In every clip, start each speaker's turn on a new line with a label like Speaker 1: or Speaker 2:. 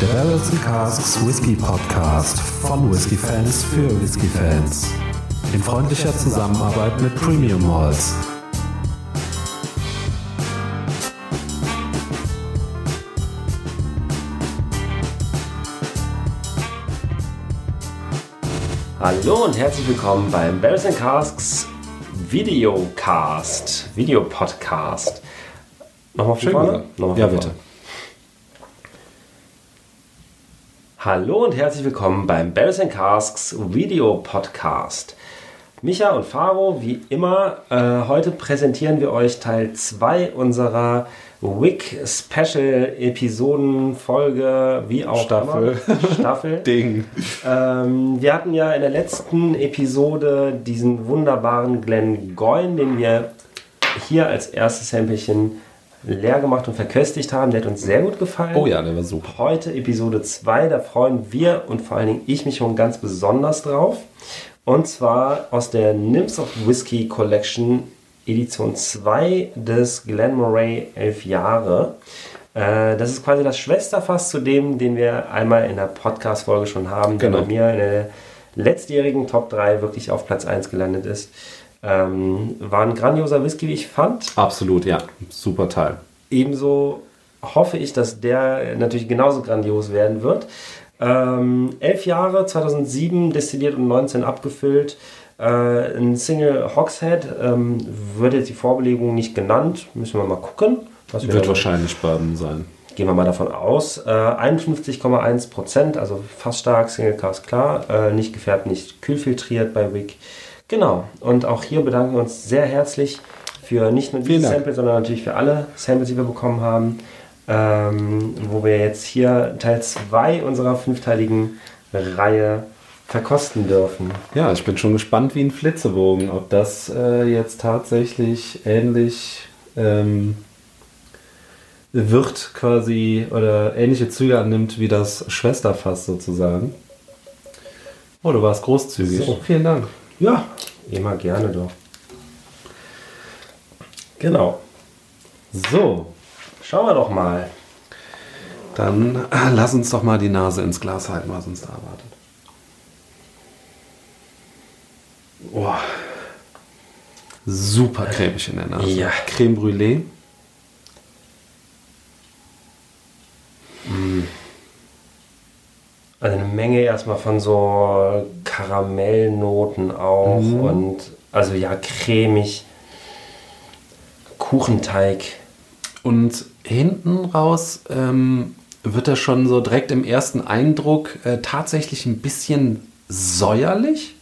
Speaker 1: Bottles and Casks Whisky Podcast von Whisky Fans für Whisky Fans. In freundlicher Zusammenarbeit mit Premium Malls.
Speaker 2: Hallo und herzlich willkommen beim Barrels and Casks Videocast, Videopodcast. Nochmal von
Speaker 3: Schön
Speaker 2: vorne?
Speaker 3: gesagt.
Speaker 2: Nochmal von
Speaker 3: Ja,
Speaker 2: vorne.
Speaker 3: bitte.
Speaker 2: Hallo und herzlich willkommen beim Barrels and Casks Videopodcast. Micha und Faro, wie immer, äh, heute präsentieren wir euch Teil 2 unserer Wick Special Episoden Folge, wie auch
Speaker 3: Staffel.
Speaker 2: immer. Staffel.
Speaker 3: Ding.
Speaker 2: Ähm, wir hatten ja in der letzten Episode diesen wunderbaren Glenn Goyne, den wir hier als erstes Samplechen leer gemacht und verköstigt haben. Der hat uns sehr gut gefallen.
Speaker 3: Oh ja, der war super.
Speaker 2: Heute Episode 2, da freuen wir und vor allen Dingen ich mich schon ganz besonders drauf. Und zwar aus der Nymphs of Whiskey Collection Edition 2 des Glenmoray 11 Jahre. Äh, Das ist quasi das Schwesterfass zu dem, den wir einmal in der Podcast-Folge schon haben, der
Speaker 3: Genau.
Speaker 2: bei mir in der letztjährigen Top 3 wirklich auf Platz 1 gelandet ist. Ähm, war ein grandioser Whisky, wie ich fand.
Speaker 3: Absolut, ja. Super Teil.
Speaker 2: Ebenso hoffe ich, dass der natürlich genauso grandios werden wird. Ähm, elf Jahre, 2007 destilliert und 19 abgefüllt. Äh, ein Single Hogshead ähm, wird jetzt die Vorbelegung nicht genannt. Müssen wir mal gucken. Was wir
Speaker 3: Wird
Speaker 2: da-
Speaker 3: wahrscheinlich Baden sein.
Speaker 2: Gehen wir mal davon aus. Äh, 51,1 Prozent, also fast stark, Single Cast klar. Äh, nicht gefärbt, nicht kühlfiltriert bei Wick. Genau. Und auch hier bedanken wir uns sehr herzlich für nicht nur
Speaker 3: Vielen
Speaker 2: dieses
Speaker 3: Dank.
Speaker 2: Sample, sondern natürlich für alle Samples, die wir bekommen haben. Ähm, wo wir jetzt hier Teil 2 unserer fünfteiligen Reihe verkosten dürfen.
Speaker 3: Ja, ich bin schon gespannt wie ein Flitzebogen, ob das äh, jetzt tatsächlich ähnlich ähm, wird quasi oder ähnliche Züge annimmt wie das Schwesterfass sozusagen. Oh, du warst großzügig.
Speaker 2: So.
Speaker 3: Vielen Dank.
Speaker 2: Ja, immer gerne doch. Genau.
Speaker 3: So,
Speaker 2: Schauen wir doch mal.
Speaker 3: dann äh, lass uns doch mal die Nase ins Glas halten, was uns da erwartet. Boah. Oh. Super cremig in der Nase.
Speaker 2: Ja.
Speaker 3: Creme Brûlée.
Speaker 2: Also eine Menge erstmal von so Karamellnoten auch
Speaker 3: Mhm.
Speaker 2: und also ja cremig, Kuchenteig.
Speaker 3: Und hinten raus ähm, wird er schon so direkt im ersten Eindruck äh, tatsächlich ein bisschen säuerlich.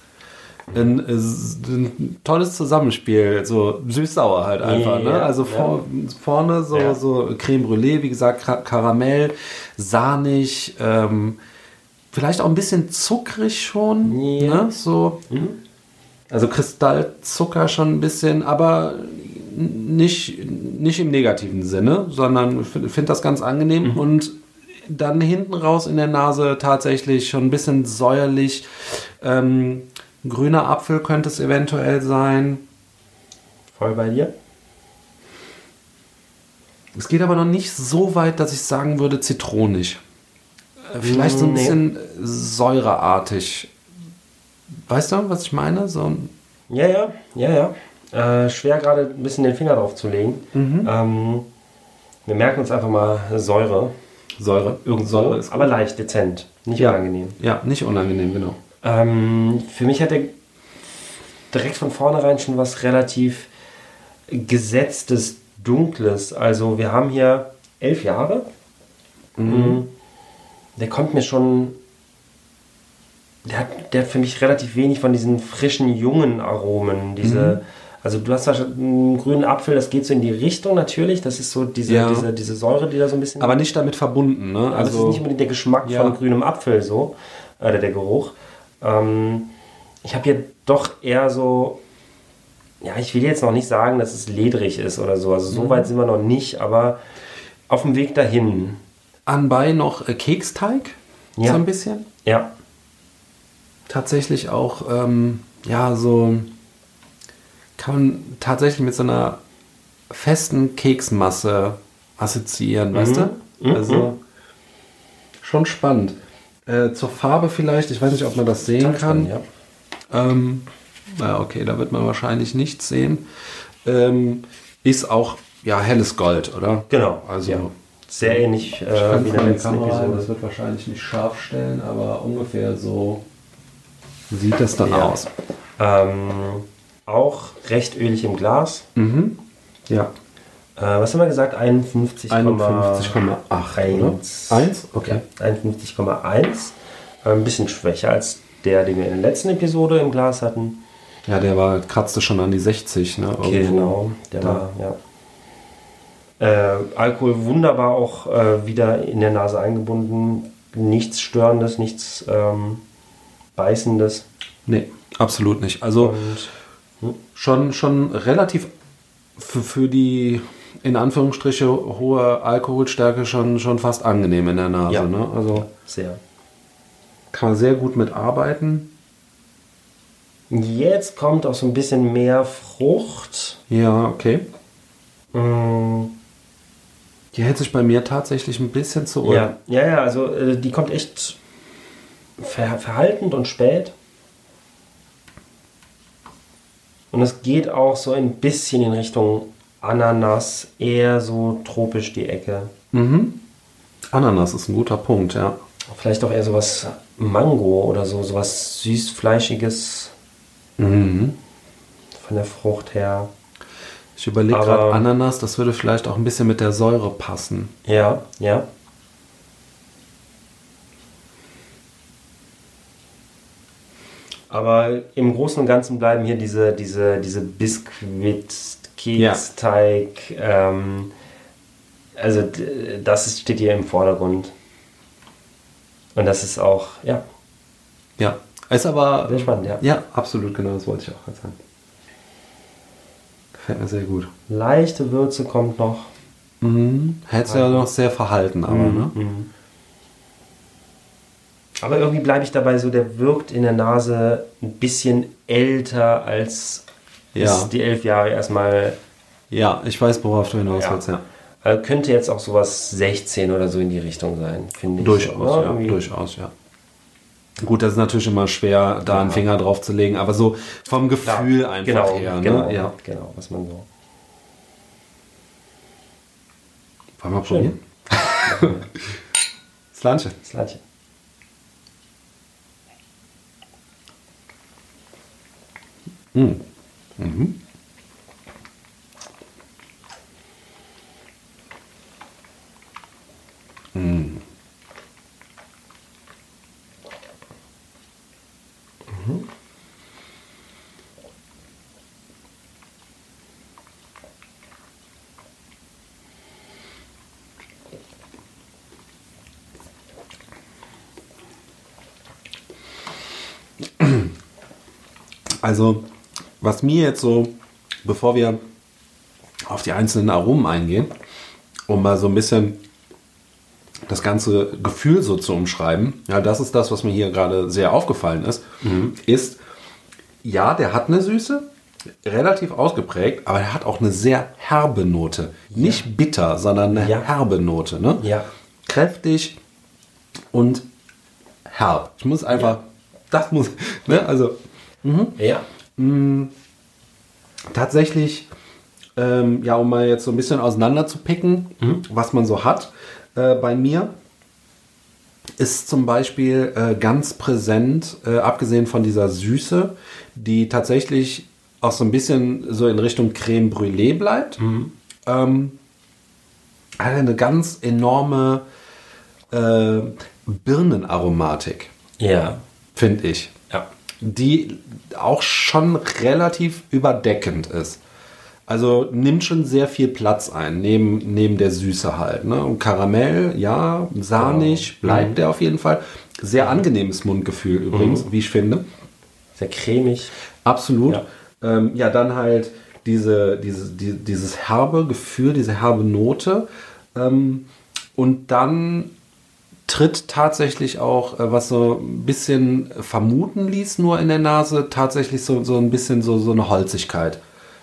Speaker 3: Ein, äh, s- ein tolles Zusammenspiel, so süß-sauer halt einfach.
Speaker 2: Ja,
Speaker 3: ne? Also vor, vorne so,
Speaker 2: Ja.
Speaker 3: so Creme Brûlée, wie gesagt, Ka Karamell, sahnig, ähm, vielleicht auch ein bisschen zuckrig schon.
Speaker 2: Ja.
Speaker 3: Ne? So. Also Kristallzucker schon ein bisschen, aber nicht, nicht im negativen Sinne, sondern finde das ganz angenehm und dann hinten raus in der Nase tatsächlich schon ein bisschen säuerlich. Ähm, grüner Apfel könnte es eventuell sein.
Speaker 2: Voll bei dir?
Speaker 3: Es geht aber noch nicht so weit, dass ich sagen würde zitronig. Äh, Vielleicht so ein
Speaker 2: Mm, Nee.
Speaker 3: bisschen äh, säureartig. Weißt du, was ich meine? So ein
Speaker 2: Ja, ja, ja, ja. Äh, schwer gerade ein bisschen den Finger drauf zu legen.
Speaker 3: Mhm.
Speaker 2: Ähm, wir merken uns einfach mal Säure.
Speaker 3: Säure. Irgend Säure ist
Speaker 2: aber leicht, dezent. Nicht
Speaker 3: Ja.
Speaker 2: unangenehm.
Speaker 3: Oh. Ja, nicht unangenehm, genau.
Speaker 2: Ähm, für mich hat er direkt von vornherein schon was relativ gesetztes, dunkles. Also wir haben hier elf Jahre. Mhm. Der kommt mir schon. Der hat, der hat für mich relativ wenig von diesen frischen, jungen Aromen. Diese, Also du hast da schon einen grünen Apfel, das geht so in die Richtung natürlich. Das ist so diese,
Speaker 3: Ja.
Speaker 2: diese, diese Säure, die da so ein bisschen
Speaker 3: Aber nicht damit verbunden, ne?
Speaker 2: also, es ist nicht unbedingt der Geschmack
Speaker 3: Ja.
Speaker 2: von grünem Apfel so, oder der Geruch. Ähm, ich habe hier doch eher so, ja, ich will jetzt noch nicht sagen, dass es ledrig ist oder so. Also
Speaker 3: Mhm.
Speaker 2: so weit sind wir noch nicht, aber auf dem Weg dahin.
Speaker 3: anbei noch äh, Keksteig,
Speaker 2: Ja.
Speaker 3: so ein bisschen.
Speaker 2: Ja,
Speaker 3: Tatsächlich auch, ähm, ja, so kann man tatsächlich mit so einer
Speaker 2: Mhm.
Speaker 3: festen Keksmasse assoziieren, weißt du? Also schon spannend. Äh, zur Farbe vielleicht, ich weiß nicht, ob man das sehen kann.
Speaker 2: Ja.
Speaker 3: Ähm, na okay, da wird man wahrscheinlich nichts sehen. Ähm, ist auch ja helles Gold, oder?
Speaker 2: Genau.
Speaker 3: Also
Speaker 2: ja. Sehr ähnlich äh,
Speaker 3: ich kann
Speaker 2: wie in der
Speaker 3: von der
Speaker 2: letzten
Speaker 3: Kamera,
Speaker 2: Episode.
Speaker 3: das wird wahrscheinlich nicht scharf stellen, aber ungefähr so sieht das dann
Speaker 2: Ja.
Speaker 3: aus.
Speaker 2: Ähm, auch recht ölig im Glas.
Speaker 3: Mhm. Ja.
Speaker 2: Äh, was haben wir gesagt? 51,1.
Speaker 3: 51,8. oder? Eins? Okay.
Speaker 2: Ja, 51,1. Äh, Ein bisschen schwächer als der, den wir in der letzten Episode im Glas hatten.
Speaker 3: Ja, der war, kratzte schon an die 60, ne? Irgendwo.
Speaker 2: Genau, der
Speaker 3: Da.
Speaker 2: war, ja. Äh, Alkohol wunderbar auch äh, wieder in der Nase eingebunden. Nichts Störendes, nichts ähm, Beißendes.
Speaker 3: Nee, absolut nicht. Also
Speaker 2: Und hm?
Speaker 3: schon, schon relativ für, für die in Anführungsstriche hohe Alkoholstärke schon, schon fast angenehm in der Nase.
Speaker 2: Ja.
Speaker 3: Ne? Also
Speaker 2: sehr.
Speaker 3: kann man sehr gut mitarbeiten.
Speaker 2: Jetzt kommt auch so ein bisschen mehr Frucht.
Speaker 3: Ja, okay.
Speaker 2: Mm,
Speaker 3: Die hält sich bei mir tatsächlich ein bisschen zurück.
Speaker 2: Ja, ja, ja, also äh, die kommt echt ver verhaltend und spät. Und es geht auch so ein bisschen in Richtung Ananas, eher so tropisch die Ecke.
Speaker 3: Mhm. Ananas ist ein guter Punkt, ja.
Speaker 2: Vielleicht auch eher sowas Mango oder so, sowas süß-fleischiges
Speaker 3: Mhm.
Speaker 2: von der Frucht her.
Speaker 3: Ich überlege
Speaker 2: Aber-
Speaker 3: gerade Ananas, das würde vielleicht auch ein bisschen mit der Säure passen.
Speaker 2: Ja, ja. Aber im Großen und Ganzen bleiben hier diese, diese, diese Biskuit, Keksteig, ähm, also d- das ist, steht hier im Vordergrund. Und das ist auch, ja,
Speaker 3: Ja. Ist aber.
Speaker 2: sehr spannend, ja.
Speaker 3: Ja, absolut, genau, das wollte ich auch gerade sagen. Gefällt mir sehr gut.
Speaker 2: Leichte Würze kommt noch.
Speaker 3: Mhm. Hättest du ja noch sehr verhalten, aber, ne?
Speaker 2: Mhm. Aber irgendwie bleibe ich dabei so, der wirkt in der Nase ein bisschen älter als
Speaker 3: Ja.
Speaker 2: ist die elf Jahre erstmal.
Speaker 3: Ja, ich weiß, worauf du hinaus
Speaker 2: Ja.
Speaker 3: willst, ja.
Speaker 2: Äh, könnte jetzt auch sowas 16 oder so in die Richtung sein, finde ich.
Speaker 3: Durchaus, ja,
Speaker 2: irgendwie.
Speaker 3: durchaus, ja. Gut, das ist natürlich immer schwer, da einen Finger drauf zu legen, aber so vom
Speaker 2: Ja,
Speaker 3: Gefühl einfach
Speaker 2: genau,
Speaker 3: her, ne?
Speaker 2: Genau,
Speaker 3: Ja.
Speaker 2: genau, was man so.
Speaker 3: Wollen wir mal probieren? Slanche.
Speaker 2: Das Latchen.
Speaker 3: Also, was mir jetzt so, bevor wir auf die einzelnen Aromen eingehen, um mal so ein bisschen das ganze Gefühl so zu umschreiben, ja, das ist das, was mir hier gerade sehr aufgefallen ist,
Speaker 2: Mhm.
Speaker 3: ist, ja, der hat eine Süße, relativ ausgeprägt, aber er hat auch eine sehr herbe Note. Nicht bitter, sondern eine
Speaker 2: Ja.
Speaker 3: herbe Note. Ne?
Speaker 2: Ja.
Speaker 3: Kräftig und herb. Ich muss einfach, das muss, ne, also
Speaker 2: Ja.
Speaker 3: tatsächlich, ähm, ja, um mal jetzt so ein bisschen auseinander zu picken, was man so hat äh, bei mir, ist zum Beispiel äh, ganz präsent, äh, abgesehen von dieser Süße, die tatsächlich auch so ein bisschen so in Richtung Creme Brûlée bleibt, ähm, hat eine ganz enorme äh, Birnenaromatik,
Speaker 2: Ja.
Speaker 3: finde ich
Speaker 2: Ja.
Speaker 3: die auch schon relativ überdeckend ist. Also nimmt schon sehr viel Platz ein, neben, neben der Süße halt. Ne? Und Karamell, ja, sahnig, bleibt der auf jeden Fall. Sehr angenehmes Mundgefühl übrigens, wie ich finde.
Speaker 2: Sehr cremig.
Speaker 3: Absolut.
Speaker 2: Ja.
Speaker 3: Ja, ähm, ja dann halt diese, diese, die, dieses herbe Gefühl, diese herbe Note. Ähm, und dann tritt tatsächlich auch, äh, was so ein bisschen vermuten ließ, nur in der Nase, tatsächlich so, so ein bisschen so, so eine Holzigkeit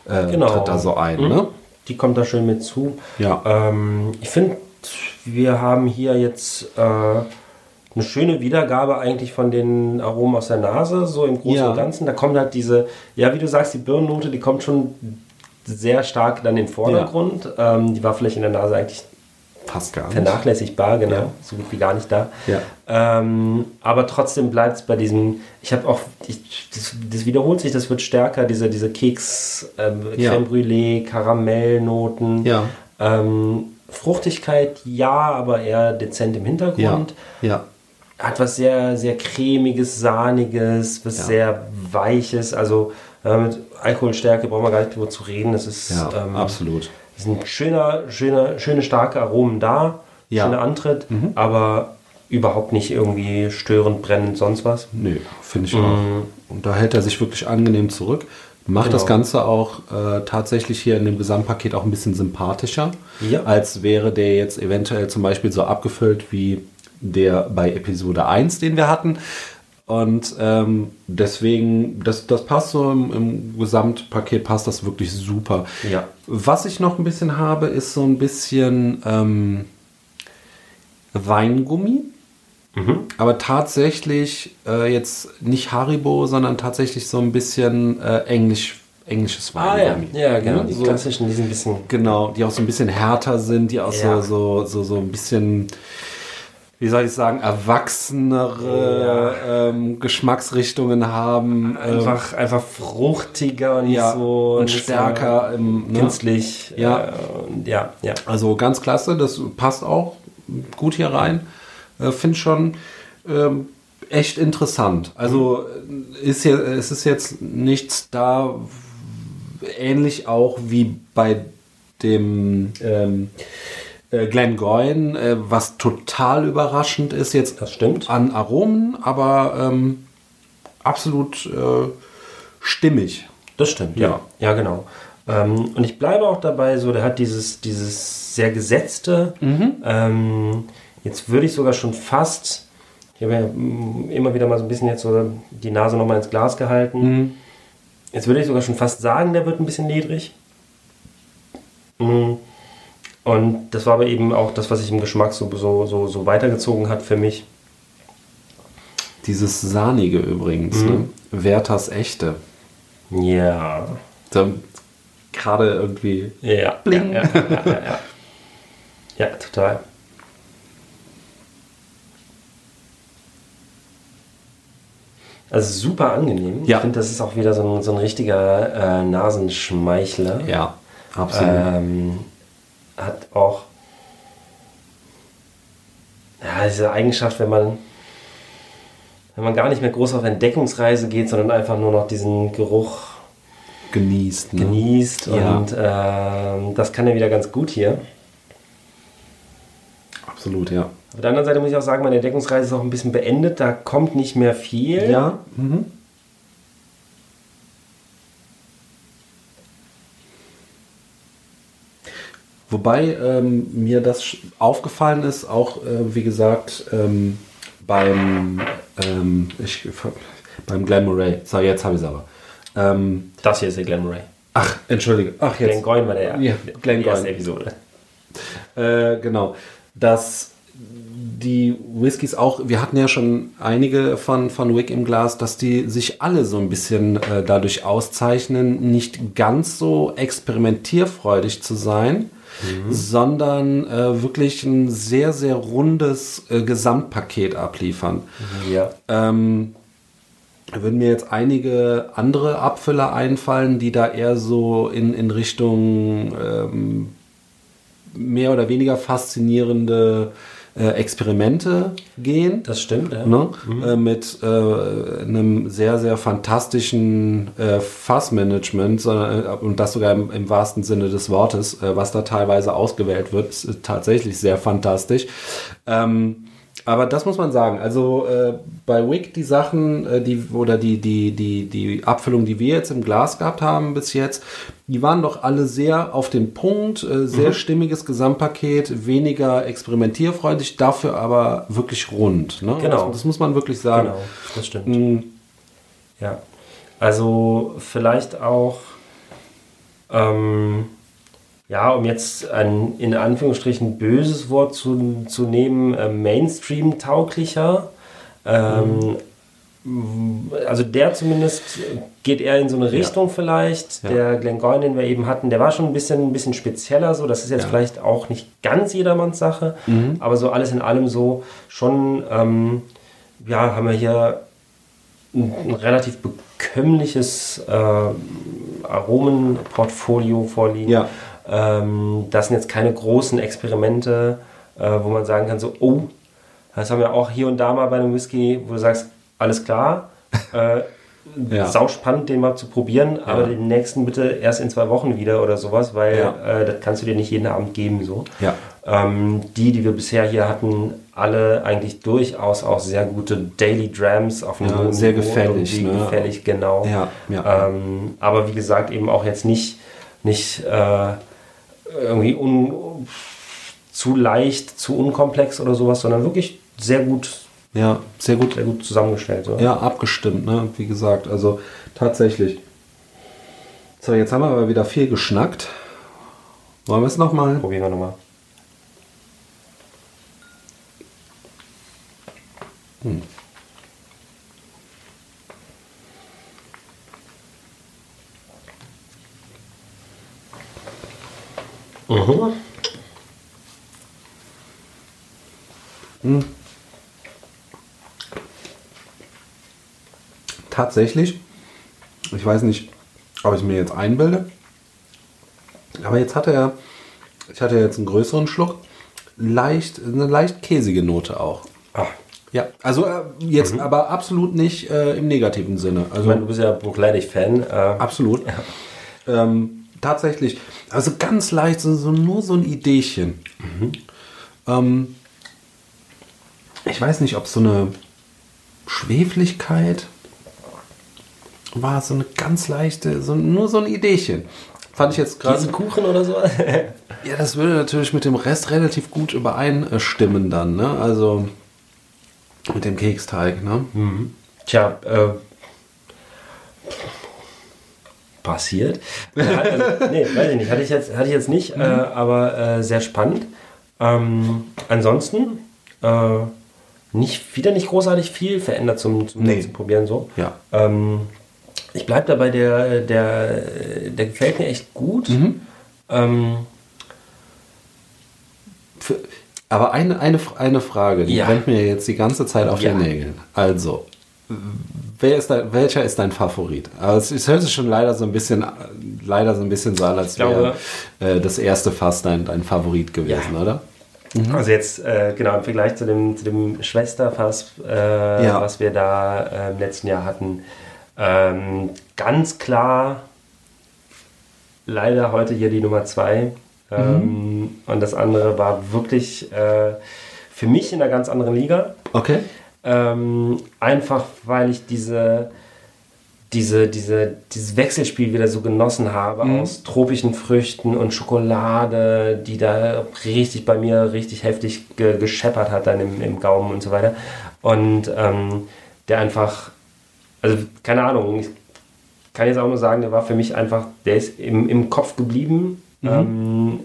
Speaker 3: äh,
Speaker 2: Genau.
Speaker 3: tritt da so ein.
Speaker 2: Mhm.
Speaker 3: Ne?
Speaker 2: Die kommt da schön mit zu.
Speaker 3: Ja.
Speaker 2: Ähm, ich finde, wir haben hier jetzt äh, eine schöne Wiedergabe eigentlich von den Aromen aus der Nase, so im Großen
Speaker 3: Ja.
Speaker 2: und Ganzen. Da kommt halt diese, ja, wie du sagst, die Birnennote, die kommt schon sehr stark dann in den Vordergrund. Ähm, die war vielleicht in der Nase eigentlich
Speaker 3: Passt gar nicht.
Speaker 2: vernachlässigbar, genau,
Speaker 3: Ja.
Speaker 2: so gut wie gar nicht da.
Speaker 3: Ja.
Speaker 2: Ähm, aber trotzdem bleibt es bei diesem, ich habe auch, ich, das, das wiederholt sich, das wird stärker, diese, diese Keks, ähm,
Speaker 3: Ja.
Speaker 2: Creme Brûlée, Karamellnoten,
Speaker 3: Ja.
Speaker 2: ähm, Fruchtigkeit, ja, aber eher dezent im
Speaker 3: Ja.
Speaker 2: Hintergrund.
Speaker 3: ja.
Speaker 2: Hat was sehr, sehr cremiges, sahniges, was
Speaker 3: Ja.
Speaker 2: sehr weiches, also äh, mit Alkoholstärke brauchen wir gar nicht drüber zu reden, das ist
Speaker 3: Ja,
Speaker 2: ähm,
Speaker 3: absolut.
Speaker 2: es sind schöner, schöner, schöne starke Aromen da,
Speaker 3: Ja. Mhm.
Speaker 2: schöner Antritt, aber überhaupt nicht irgendwie störend, brennend, sonst was.
Speaker 3: Nee, finde ich
Speaker 2: Mhm.
Speaker 3: auch. Und da hält er sich wirklich angenehm zurück. Macht das
Speaker 2: Genau.
Speaker 3: Ganze auch äh, tatsächlich hier in dem Gesamtpaket auch ein bisschen sympathischer,
Speaker 2: Ja.
Speaker 3: als wäre der jetzt eventuell zum Beispiel so abgefüllt wie der bei Episode 1, den wir hatten. Und ähm, deswegen, das, das passt so im, im Gesamtpaket, passt das wirklich super.
Speaker 2: Ja.
Speaker 3: Was ich noch ein bisschen habe, ist so ein bisschen ähm, Weingummi.
Speaker 2: Hm?
Speaker 3: Aber tatsächlich äh, jetzt nicht Haribo, sondern tatsächlich so ein bisschen äh, Englisch, englisches Weingummi.
Speaker 2: ja, genau. Die
Speaker 3: Ah, So,
Speaker 2: klassischen, die sind ein bisschen.
Speaker 3: genau, die auch so ein bisschen härter sind, die auch
Speaker 2: Ja.
Speaker 3: so, so, so, so ein bisschen, wie soll ich sagen, erwachsenere ähm, Geschmacksrichtungen haben. ähm,
Speaker 2: Einfach, einfach fruchtiger und nicht
Speaker 3: ja,
Speaker 2: so
Speaker 3: und
Speaker 2: nicht so
Speaker 3: stärker im, ne?
Speaker 2: Künstlich.
Speaker 3: Ja.
Speaker 2: Äh, und ja, ja.
Speaker 3: Also ganz klasse, das passt auch gut hier rein. Äh, Finde schon ähm, echt interessant. Also äh, ist hier, es ist jetzt nichts da, w- ähnlich auch wie bei dem ähm, äh, Glengoyne, äh, was total überraschend ist jetzt
Speaker 2: Das stimmt.
Speaker 3: an Aromen, aber ähm, absolut äh, stimmig.
Speaker 2: Das stimmt,
Speaker 3: Ja.
Speaker 2: ja. Ja, genau. Ähm, und ich bleibe auch dabei, so, der hat dieses, dieses sehr gesetzte. Ähm, jetzt würde ich sogar schon fast, ich habe ja mm, immer wieder mal so ein bisschen jetzt so die Nase nochmal ins Glas gehalten. Jetzt würde ich sogar schon fast sagen, der wird ein bisschen ledrig. Mm. Und das war aber eben auch das, was sich im Geschmack so, so, so, so weitergezogen hat für mich.
Speaker 3: Dieses Sahnige übrigens,
Speaker 2: Mhm.
Speaker 3: ne? Werthers Echte.
Speaker 2: Ja.
Speaker 3: Da gerade irgendwie.
Speaker 2: Ja.
Speaker 3: Bling.
Speaker 2: Ja, ja, ja, ja, ja. ja total. Also super angenehm.
Speaker 3: Ja.
Speaker 2: Ich finde, das ist auch wieder so ein, so ein richtiger äh, Nasenschmeichler.
Speaker 3: Ja, Äh, absolut.
Speaker 2: Ähm, hat auch ja, diese Eigenschaft, wenn man, wenn man gar nicht mehr groß auf Entdeckungsreise geht, sondern einfach nur noch diesen Geruch
Speaker 3: Genießt. Ne?
Speaker 2: genießt
Speaker 3: Ja.
Speaker 2: und ähm, das kann er wieder ganz gut hier.
Speaker 3: Absolut, ja.
Speaker 2: Auf der anderen Seite muss ich auch sagen, meine Entdeckungsreise ist auch ein bisschen beendet, da kommt nicht mehr viel.
Speaker 3: Ja. Mhm. Wobei ähm, mir das sch- aufgefallen ist, auch äh, wie gesagt, ähm, beim, ähm, ich, beim Glen Murray. So, jetzt habe ich es aber. Ähm,
Speaker 2: Das hier ist der Glen Ray.
Speaker 3: ach, entschuldige. Ach, jetzt.
Speaker 2: Glen Goyne war der
Speaker 3: Ja, Glenn
Speaker 2: die erste
Speaker 3: Goyne.
Speaker 2: Episode.
Speaker 3: Äh, genau. Dass die Whiskys auch, wir hatten ja schon einige von, von Wick im Glas, dass die sich alle so ein bisschen äh, dadurch auszeichnen, nicht ganz so experimentierfreudig zu sein, sondern äh, wirklich ein sehr, sehr rundes äh, Gesamtpaket abliefern.
Speaker 2: Mhm. Ja.
Speaker 3: Ähm, da würden mir jetzt einige andere Abfüller einfallen, die da eher so in, in Richtung ähm, mehr oder weniger faszinierende äh, Experimente gehen.
Speaker 2: Das stimmt, ja.
Speaker 3: Ne? Äh, mit äh, einem sehr, sehr fantastischen äh, Fassmanagement, sondern, äh, und das sogar im, im wahrsten Sinne des Wortes, äh, was da teilweise ausgewählt wird, ist, äh, tatsächlich sehr fantastisch. Ähm, aber das muss man sagen. Also äh, bei Wick die Sachen, äh, die oder die, die, die, die Abfüllung, die wir jetzt im Glas gehabt haben bis jetzt, die waren doch alle sehr auf den Punkt, äh, sehr stimmiges Gesamtpaket, weniger experimentierfreundlich, dafür aber wirklich rund. Ne?
Speaker 2: Genau.
Speaker 3: Das, das muss man wirklich sagen.
Speaker 2: Genau, das stimmt.
Speaker 3: Mm.
Speaker 2: Ja. Also vielleicht auch ähm, ja, um jetzt ein in Anführungsstrichen böses Wort zu, zu nehmen, äh, Mainstream-tauglicher. Ähm, also der zumindest geht eher in so eine Richtung vielleicht.
Speaker 3: Ja.
Speaker 2: Der Glengoyne, den wir eben hatten, der war schon ein bisschen, ein bisschen spezieller so. Das ist jetzt
Speaker 3: Ja. Mhm.
Speaker 2: vielleicht auch nicht ganz jedermanns Sache, aber so alles in allem so schon, ähm, ja, haben wir hier ein, ein relativ bekömmliches äh, Aromenportfolio vorliegen.
Speaker 3: Ja.
Speaker 2: Ähm, das sind jetzt keine großen Experimente, äh, wo man sagen kann, so, oh, das haben wir auch hier und da mal bei einem Whisky, wo du sagst, alles klar, äh,
Speaker 3: Ja.
Speaker 2: sauspannend, den mal zu probieren, aber den nächsten bitte erst in zwei Wochen wieder oder sowas, weil
Speaker 3: Ja.
Speaker 2: äh, das kannst du dir nicht jeden Abend geben. So.
Speaker 3: Ja.
Speaker 2: Ähm, die, die wir bisher hier hatten, alle eigentlich durchaus auch sehr gute Daily Drams auf einem
Speaker 3: Ja,
Speaker 2: hohen
Speaker 3: sehr
Speaker 2: Niveau,
Speaker 3: gefällig,
Speaker 2: irgendwie
Speaker 3: ne?
Speaker 2: gefällig, genau.
Speaker 3: Ja, ja.
Speaker 2: Ähm, aber wie gesagt, eben auch jetzt nicht, nicht äh, irgendwie un, zu leicht, zu unkomplex oder sowas, sondern wirklich sehr gut,
Speaker 3: Ja, sehr gut.
Speaker 2: sehr gut zusammengestellt. Oder?
Speaker 3: Ja, abgestimmt, ne? Wie gesagt, also tatsächlich. So, jetzt haben wir aber wieder viel geschnackt. Wollen wir es nochmal?
Speaker 2: Probieren wir nochmal. Mhm.
Speaker 3: Tatsächlich. Ich weiß nicht, ob ich mir jetzt einbilde. Aber jetzt hatte er, ich hatte jetzt einen größeren Schluck. Leicht, eine leicht käsige Note auch.
Speaker 2: Ah,
Speaker 3: Ja, also äh, jetzt aber absolut nicht äh, im negativen Sinne.
Speaker 2: ich
Speaker 3: Also
Speaker 2: meine, du bist ja Bruchleidig-Fan. Äh,
Speaker 3: absolut. Ähm, tatsächlich, also ganz leicht, so, so, nur so ein Ideechen. Ähm, ich weiß nicht, ob so eine Schwefligkeit war, so eine ganz leichte, so, nur so ein Ideechen. Fand ich jetzt gerade.
Speaker 2: Käsekuchen oder so?
Speaker 3: Ja, das würde natürlich mit dem Rest relativ gut übereinstimmen dann, ne? Also mit dem Keksteig, ne?
Speaker 2: Tja, äh, passiert. Äh, also, nee, weiß ich nicht. Hatte ich jetzt, hatte ich jetzt nicht, äh, aber äh, sehr spannend. Ähm, ansonsten äh, nicht, wieder nicht großartig viel verändert zum, zum
Speaker 3: Nee.
Speaker 2: letzten Probieren so.
Speaker 3: Ja.
Speaker 2: Ähm, ich bleibe dabei, der, der, der gefällt mir echt gut. Ähm,
Speaker 3: Für, aber eine, eine, eine Frage, die
Speaker 2: Ja.
Speaker 3: brennt mir jetzt die ganze Zeit auf
Speaker 2: Ja.
Speaker 3: den Nägeln. Also, wer ist dein, welcher ist dein Favorit? Also, es hört sich schon leider so ein bisschen, leider so ein bisschen so an, als wäre
Speaker 2: glaube-
Speaker 3: äh, das erste Fass dein, dein Favorit gewesen,
Speaker 2: Ja.
Speaker 3: oder?
Speaker 2: Also jetzt, äh, genau, im Vergleich zu dem, zu dem Schwesterfass, äh,
Speaker 3: Ja.
Speaker 2: was wir da äh, im letzten Jahr hatten, ähm, ganz klar leider heute hier die Nummer zwei. Ähm, Und das andere war wirklich äh, für mich in einer ganz anderen Liga.
Speaker 3: Okay.
Speaker 2: Ähm, einfach weil ich diese, diese, diese, dieses Wechselspiel wieder so genossen habe aus tropischen Früchten und Schokolade, die da richtig bei mir richtig heftig ge gescheppert hat dann im, im Gaumen und so weiter. Und ähm, der einfach, also keine Ahnung, ich kann jetzt auch nur sagen, der war für mich einfach, der ist im, im Kopf geblieben. Ähm,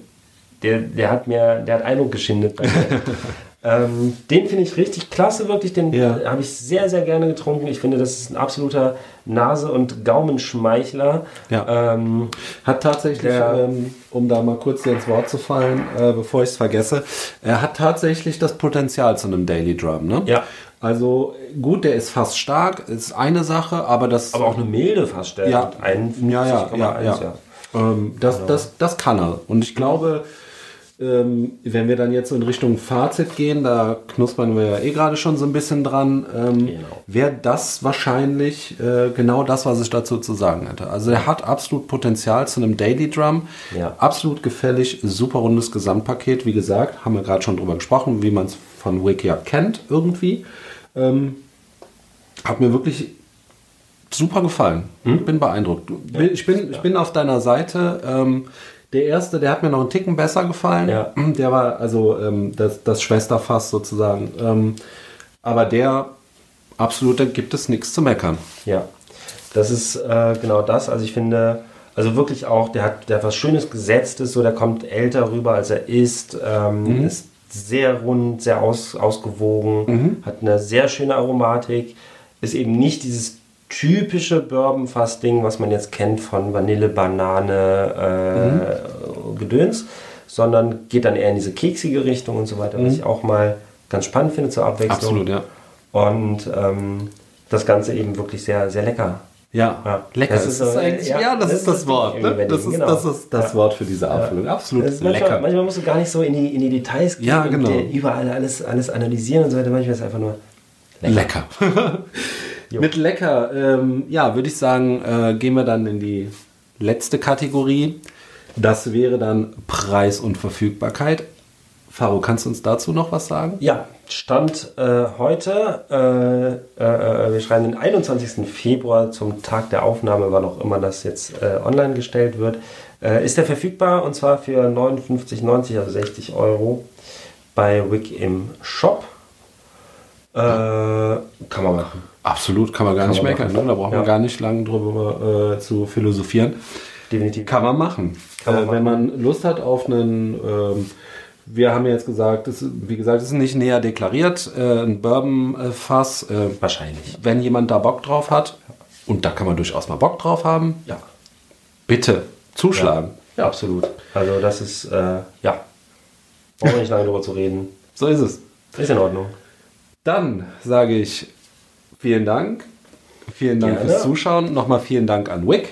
Speaker 2: der, der hat mir, der hat Eindruck geschindet. Bei mir. ähm, den finde ich richtig klasse, wirklich. Den
Speaker 3: Ja.
Speaker 2: habe ich sehr, sehr gerne getrunken. Ich finde, das ist ein absoluter Nase- und Gaumenschmeichler.
Speaker 3: Ja.
Speaker 2: Ähm,
Speaker 3: Hat tatsächlich,
Speaker 2: Der-
Speaker 3: ähm, um da mal kurz dir ins Wort zu fallen, äh, bevor ich es vergesse, er hat tatsächlich das Potenzial zu einem Daily Drum, ne?
Speaker 2: Ja.
Speaker 3: Also gut, der ist fast stark, ist eine Sache, aber das
Speaker 2: aber auch eine milde fast. Der
Speaker 3: Ja,
Speaker 2: hat 51,1,
Speaker 3: ja, ja, ja, ja. Ähm, das, das, das kann er. Und ich glaube, ähm, wenn wir dann jetzt in Richtung Fazit gehen, da knuspern wir ja eh gerade schon so ein bisschen dran, ähm,
Speaker 2: Genau.
Speaker 3: wäre das wahrscheinlich äh, genau das, was ich dazu zu sagen hätte. Also er hat absolut Potenzial zu einem Daily Drum,
Speaker 2: Ja.
Speaker 3: absolut gefällig, super rundes Gesamtpaket. Wie gesagt, haben wir gerade schon drüber gesprochen, wie man es von Wiki ja kennt irgendwie. Ähm, hat mir wirklich super gefallen.
Speaker 2: Hm?
Speaker 3: Bin beeindruckt. Ich bin, ich bin auf deiner Seite. Ähm, der erste, der hat mir noch einen Ticken besser gefallen.
Speaker 2: Ja.
Speaker 3: Der war also ähm, das, das Schwesterfass sozusagen. Ähm, aber der absolute gibt es nichts zu meckern.
Speaker 2: Ja, das ist äh, genau das. Also ich finde, Also wirklich auch, der hat, der hat was Schönes Gesetztes, so der kommt älter rüber, als er ist, ähm,
Speaker 3: Mhm.
Speaker 2: ist sehr rund, sehr aus,
Speaker 3: Mhm.
Speaker 2: ausgewogen, hat eine sehr schöne Aromatik, ist eben nicht dieses typische Bourbon-Fass-Ding, was man jetzt kennt von Vanille, Banane, äh,
Speaker 3: Mhm.
Speaker 2: Gedöns, sondern geht dann eher in diese keksige Richtung und so weiter, was ich auch mal ganz spannend finde zur Abwechslung.
Speaker 3: Mhm. Absolut, ja.
Speaker 2: Und ähm, das Ganze eben wirklich sehr, sehr lecker.
Speaker 3: Ja,
Speaker 2: Ja.
Speaker 3: lecker.
Speaker 2: Das
Speaker 3: Das
Speaker 2: ist
Speaker 3: ist
Speaker 2: so,
Speaker 3: eigentlich,
Speaker 2: ja,
Speaker 3: ja, das,
Speaker 2: das
Speaker 3: ist
Speaker 2: ist
Speaker 3: das Wort.
Speaker 2: irgendwie
Speaker 3: Ne?
Speaker 2: überlegen,
Speaker 3: Das, ist,
Speaker 2: genau.
Speaker 3: das ist das
Speaker 2: Ja.
Speaker 3: Wort für diese Abfüllung. Absolut
Speaker 2: Das ist Manchmal,
Speaker 3: lecker.
Speaker 2: manchmal musst du gar nicht so in die, in die Details gehen
Speaker 3: Ja,
Speaker 2: und
Speaker 3: genau.
Speaker 2: dir überall alles, alles analysieren und so weiter. Manchmal ist es einfach nur
Speaker 3: Lecker. Mit lecker, ähm, ja, würde ich sagen, äh, gehen wir dann in die letzte Kategorie. Das wäre dann Preis und Verfügbarkeit. Faro, kannst du uns dazu noch was sagen?
Speaker 2: Ja, Stand äh, heute, äh, äh, äh, wir schreiben den 21. Februar zum Tag der Aufnahme, wann auch immer das jetzt äh, online gestellt wird, äh, ist der verfügbar und zwar für 59,90, also 60 Euro bei Wick im Shop. Äh, kann man machen.
Speaker 3: Absolut, kann man gar nicht
Speaker 2: man
Speaker 3: meckern. Ne?
Speaker 2: machen.
Speaker 3: Da braucht man
Speaker 2: Ja.
Speaker 3: gar nicht lange drüber äh, zu philosophieren.
Speaker 2: Definitiv.
Speaker 3: Kann man machen.
Speaker 2: Kann man
Speaker 3: äh, wenn man Lust hat auf einen, ähm, wir haben ja jetzt gesagt, das, ist- wie gesagt, es ist nicht näher deklariert, äh, ein Bourbon-Fass. Äh,
Speaker 2: Wahrscheinlich.
Speaker 3: wenn jemand da Bock drauf hat, und da kann man durchaus mal Bock drauf haben,
Speaker 2: Ja.
Speaker 3: bitte zuschlagen.
Speaker 2: Ja, absolut. Also das ist, äh, ja, brauchen wir nicht lange drüber zu reden.
Speaker 3: So ist es.
Speaker 2: Ist in Ordnung.
Speaker 3: Dann sage ich vielen Dank. Vielen Dank
Speaker 2: Gerne.
Speaker 3: fürs Zuschauen. Nochmal vielen Dank an Wick,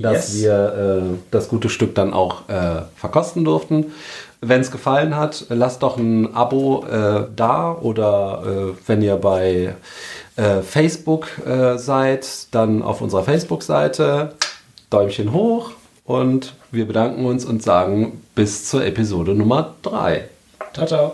Speaker 3: dass
Speaker 2: Yes.
Speaker 3: wir äh, das gute Stück dann auch äh, verkosten durften. Wenn es gefallen hat, lasst doch ein Abo äh, da oder äh, wenn ihr bei äh, Facebook äh, seid, dann auf unserer Facebook-Seite Däumchen hoch und wir bedanken uns und sagen bis zur Episode Nummer 3.
Speaker 2: Ciao, ciao.